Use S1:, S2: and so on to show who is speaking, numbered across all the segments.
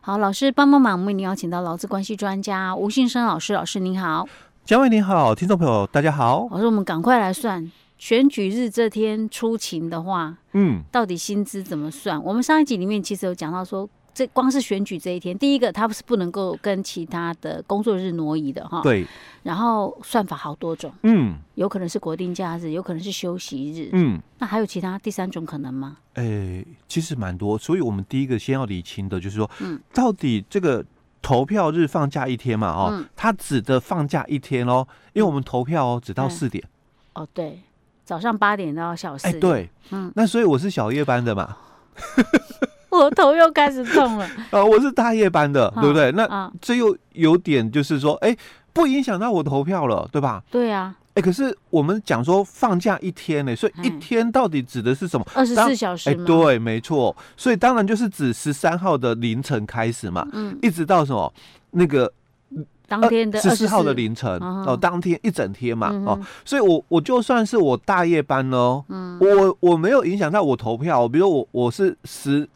S1: 好，老师帮帮忙，我们为您邀请到劳资关系专家吴信生老师，老师您好。
S2: 嘉伟你好，听众朋友大家好。
S1: 老师，我们赶快来算选举日这天出勤的话，
S2: 嗯，
S1: 到底薪资怎么算？我们上一集里面其实有讲到说，这光是选举这一天，第一个它是不能够跟其他的工作日挪移的哈。。
S2: 对，
S1: 然后算法好多种，
S2: 嗯
S1: 有可能是国定假日，有可能是休息日。
S2: 嗯，
S1: 那还有其他第三种可能吗？
S2: 诶、哎其实蛮多，所以我们第一个先要理清的就是说，
S1: 嗯
S2: 到底这个投票日放假一天嘛，哦，
S1: 嗯
S2: 它指的放假一天哦，因为我们投票哦只到
S1: 嗯
S2: 四点，
S1: 哦，对，早上八点到下午四
S2: 哎、
S1: 点。
S2: 对，
S1: 嗯
S2: 那所以我是小夜班的嘛，
S1: 我头又开始痛了。
S2: 啊、我是大夜班的，对不对？ 那
S1: 啊，
S2: 这又有点就是说，哎、不影响到我投票了，对吧？
S1: 对啊，
S2: 哎、可是我们讲说放假一天呢、所以一
S1: 嗯
S2: 天到底指的是什么？
S1: 二十
S2: 当
S1: 四小时
S2: 哎，
S1: 嘛。
S2: 对，没错，所以当然就是指十三号的凌晨开始嘛，
S1: 嗯，
S2: 一直到什么那个
S1: 当天的
S2: 呃十四
S1: 24
S2: 号的凌晨
S1: 嗯
S2: 哦，
S1: 哼
S2: 当天一整天嘛
S1: 嗯
S2: 哦
S1: 哼，
S2: 所以我我就算是我大夜班哦，
S1: 嗯
S2: 我我没有影响到我投票，哦比如我我是十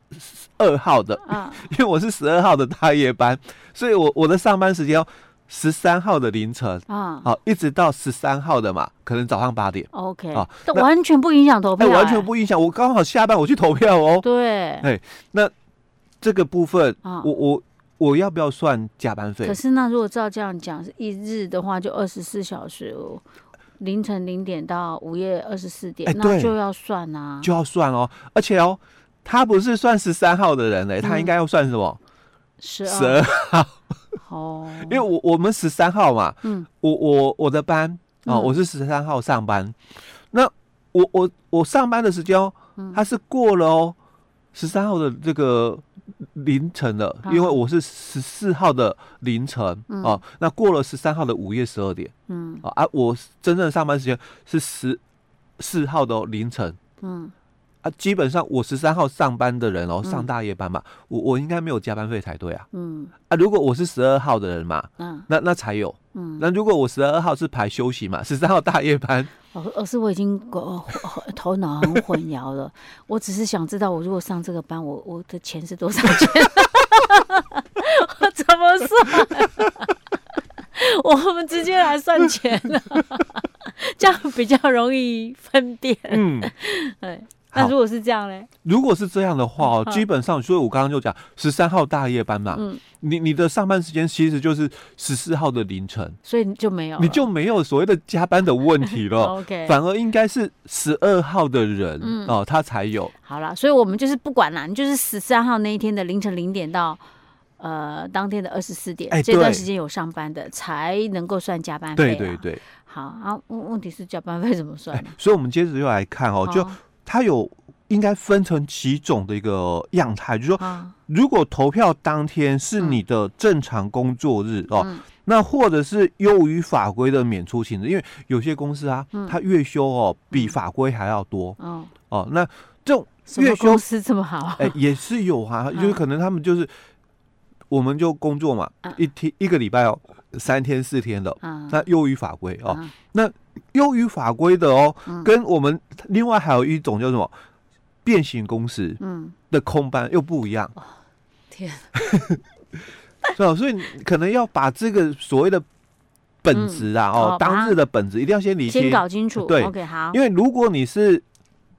S2: 二号的，
S1: 啊，
S2: 因为我是十二号的大夜班，所以我我的上班时间哦十三号的凌晨，
S1: 啊
S2: 好、一直到十三号的嘛，可能早上八点，
S1: ，OK，
S2: 啊
S1: 这
S2: 那
S1: 完全不影响投
S2: 哎、
S1: 票，
S2: 完全不影响，我刚好下班我去投票哦，
S1: 对
S2: 哎这个部分。
S1: 啊
S2: 我。我我要不要算加班费
S1: 可？是那如果照这样讲，是一日的话就二十四小时，凌晨零点到午夜二十四点
S2: 哎，
S1: 那
S2: 对
S1: 就要算啊。
S2: 就要算哦，而且哦，他不是算十三号的人嘞，他应该要算什么？
S1: 嗯十
S2: 十
S1: 二
S2: 二，
S1: 哦，
S2: 因为我我们十三号嘛，
S1: 嗯
S2: 我我我的班哦，
S1: 嗯
S2: 我是十三号上班，那我我我上班的时间哦，
S1: 嗯
S2: 他是过了哦，十三号的这个凌晨了，
S1: 啊
S2: 因为我是十四号的凌晨哦，那过了十三号的午夜十二点
S1: 嗯
S2: 哦，啊，我真正上班时间是十四号的哦凌晨。
S1: 嗯，
S2: 啊，基本上我十三号上班的人哦，
S1: 嗯
S2: 上大夜班嘛，我我应该没有加班费才对啊。
S1: 嗯
S2: 啊，如果我是十二号的人嘛，
S1: 嗯
S2: 那那才有。
S1: 嗯，
S2: 那如果我十二号是排休息嘛，十三号大 夜班，
S1: 老老师，我已经呃头脑很混淆了。我只是想知道，我如果上这个班，我我的钱是多少钱？ 我怎么算？ 我们直接来算钱了，这样比较容易分辨。
S2: 嗯，
S1: 对，那
S2: 好
S1: 如果是这样嘞，
S2: 如果是这样的话哦，
S1: 嗯
S2: 基本上，所以我刚刚就讲十三号大夜班嘛，
S1: 嗯
S2: 你你的上班时间其实就是十四号的凌晨，
S1: 所以你就没有了，
S2: 你就没有所谓的加班的问题 了，
S1: OK。
S2: 反而应该是十二号的人、
S1: 哦嗯
S2: 哦，他才有。
S1: 好啦，所以我们就是不管啦，你就是十三号那一天的凌晨零点到呃当天的二十四点、
S2: 哎
S1: 这段
S2: 对
S1: 时间有上班的才能够算加班费、
S2: 对
S1: 啊。
S2: 对。对，
S1: 好啊，问问题是加班费怎么算
S2: 哎
S1: 呢？，
S2: 所以我们接着又来看哦，就它有应该分成几种的一个样态，就是说，
S1: 啊，
S2: 如果投票当天是你的正常工作日、哦，
S1: 嗯
S2: 那或者是优于法规的免出勤日，因为有些公司啊，
S1: 嗯
S2: 它月休哦比法规还要多
S1: 哦，
S2: 哦，那这种
S1: 什么
S2: 月休
S1: 公司这么好？
S2: 哎、也是有啊，
S1: 嗯
S2: 就是可能他们就是。我们就工作嘛
S1: 嗯，
S2: 一天一个礼拜哦，三天四天的，哦
S1: 啊，
S2: 那优于法规哦，
S1: 啊
S2: 优于法规的哦
S1: 嗯，
S2: 跟我们另外还有一种叫什么变形公司
S1: 嗯，哦
S2: 的空班又不一样，
S1: 天，
S2: 是吧？所以你可能要把这个所谓的本质啊，
S1: 嗯
S2: 哦
S1: 哦，把它
S2: 当日的本质一定要先理
S1: 先
S2: 清，
S1: 搞清楚。
S2: 对
S1: o k 好
S2: 因，为如果你是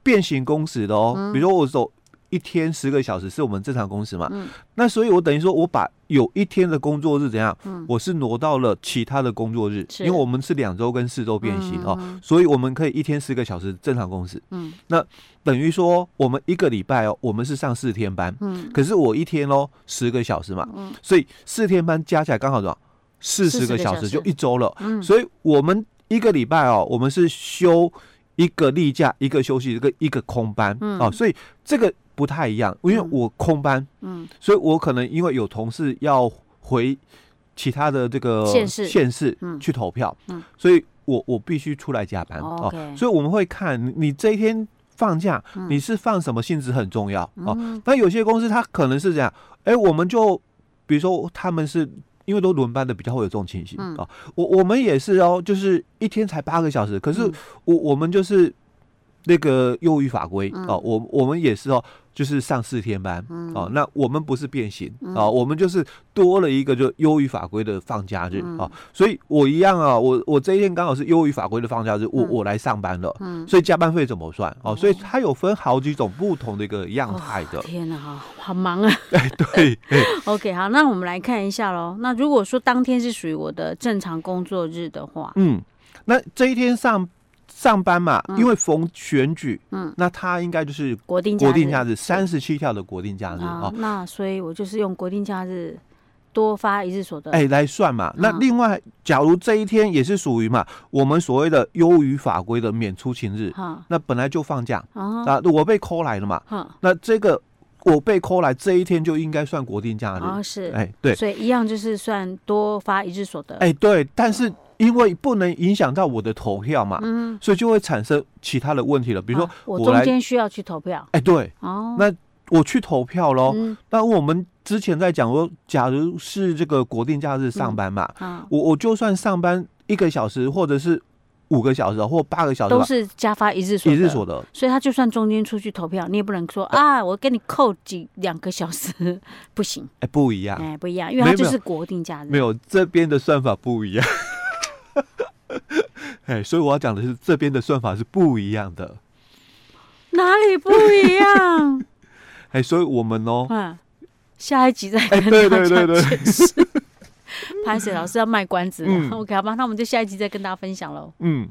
S2: 变形工时的哦，
S1: 嗯
S2: 比如说我走一天十个小时是我们正常工时嘛，
S1: 嗯
S2: 那所以我等于说我把有一天的工作日怎样，
S1: 嗯
S2: 我是挪到了其他的工作日，
S1: 是
S2: 因为我们是两周跟四周变形、哦，
S1: 嗯
S2: 所以我们可以一天十个小时正常工时。
S1: 嗯
S2: 等于说我们一个礼拜哦，我们是上四天班，
S1: 嗯
S2: 可是我一天哦十个小时嘛，
S1: 嗯
S2: 所以四天班加起来刚好多少？四十个小
S1: 40个小时
S2: 时就一周了。
S1: 嗯，
S2: 所以我们一个礼拜哦，我们是休一个例假，一个休息，一个一个空班、
S1: 嗯
S2: 哦，所以这个不太一样，因为
S1: 嗯
S2: 我空班，
S1: 嗯
S2: 所以我可能因为有同事要回其他的这个
S1: 县市
S2: 县市
S1: 嗯
S2: 去投票，
S1: 嗯
S2: 所以我我必须出来加班、
S1: OK
S2: 哦，所以我们会看你你这一天放假，
S1: 嗯
S2: 你是放什么性质很重要、哦。
S1: 嗯
S2: 那有些公司它可能是这样，哎、我们就比如说他们是因为都轮班的，比较会有这种情形、
S1: 嗯
S2: 哦。我我们也是哦，就是一天才八个小时，可是
S1: 嗯
S2: 我我们就是那个幼育法规哦，我我们也是哦，就是上四天班
S1: 嗯
S2: 哦，那我们不是变形啊，我们就是多了一个就优于法规的放假日
S1: 嗯
S2: 啊，所以我一样啊，我我这一天刚好是优于法规的放假日，
S1: 嗯
S2: 我我来上班了，所以加班费怎么算哦？所以它有分好几种不同的一个样态的，
S1: 天哪，好好忙啊。
S2: 哎， 对，哎
S1: OK，好，那我们来看一下喽。那如果说当天是属于我的正常工作日的话，
S2: 嗯，那这一天上上班嘛，因为逢选举，
S1: 嗯，
S2: 那它应该就是
S1: 国定假
S2: 国
S1: 日
S2: 定假日三十七条的国定假日啊
S1: 啊，，那所以我就是用国定假日多发一日所得。
S2: 哎、来算嘛。那
S1: 嗯
S2: 另外，假如这一天也是属于嘛，我们所谓的优于法规的免出勤日，
S1: 哈，
S2: 那本来就放假
S1: 啊，
S2: 啊，我被扣来了嘛，
S1: 哈，
S2: 那这个我被扣来这一天就应该算国定假日。
S1: 啊是，
S2: 哎、对，
S1: 所以一样就是算多发一日所得。
S2: 哎、对，但是因为不能影响到我的投票嘛，
S1: 嗯，
S2: 所以就会产生其他的问题了，比如说
S1: 啊我
S2: 我来，
S1: 中
S2: 哎、
S1: 间需要去投票
S2: 对
S1: 哦。
S2: 那我去投票喽。
S1: 嗯
S2: 那我们之前在讲说，假如是这个国定假日上班嘛，
S1: 啊，
S2: 我我就算上班一个小时，或者是五个小时或八个小时
S1: 都
S2: 吧，
S1: 是加发一日所
S2: 一
S1: 得。
S2: 日所得，
S1: 所以他就算中间出去投票，你也不能说啊，我给你扣几两个小时， 不行，
S2: 哎、不一样，
S1: 哎，不一样，因为他
S2: 没有没
S1: 就
S2: 有
S1: 是国定假
S2: 没
S1: 日。
S2: 有这边的算法不一样， 哎、所以我要讲的是这边的算法是不一样的，
S1: 哪里不一样？
S2: 哎、所以我们哦，
S1: 啊，下一集再
S2: 哎、
S1: 跟
S2: 对
S1: 大
S2: 对
S1: 家
S2: 对对，
S1: 解释。潘水老师要卖关子了、
S2: 嗯
S1: o k 好吧，那我们就下一集再跟大家分享喽。
S2: 嗯。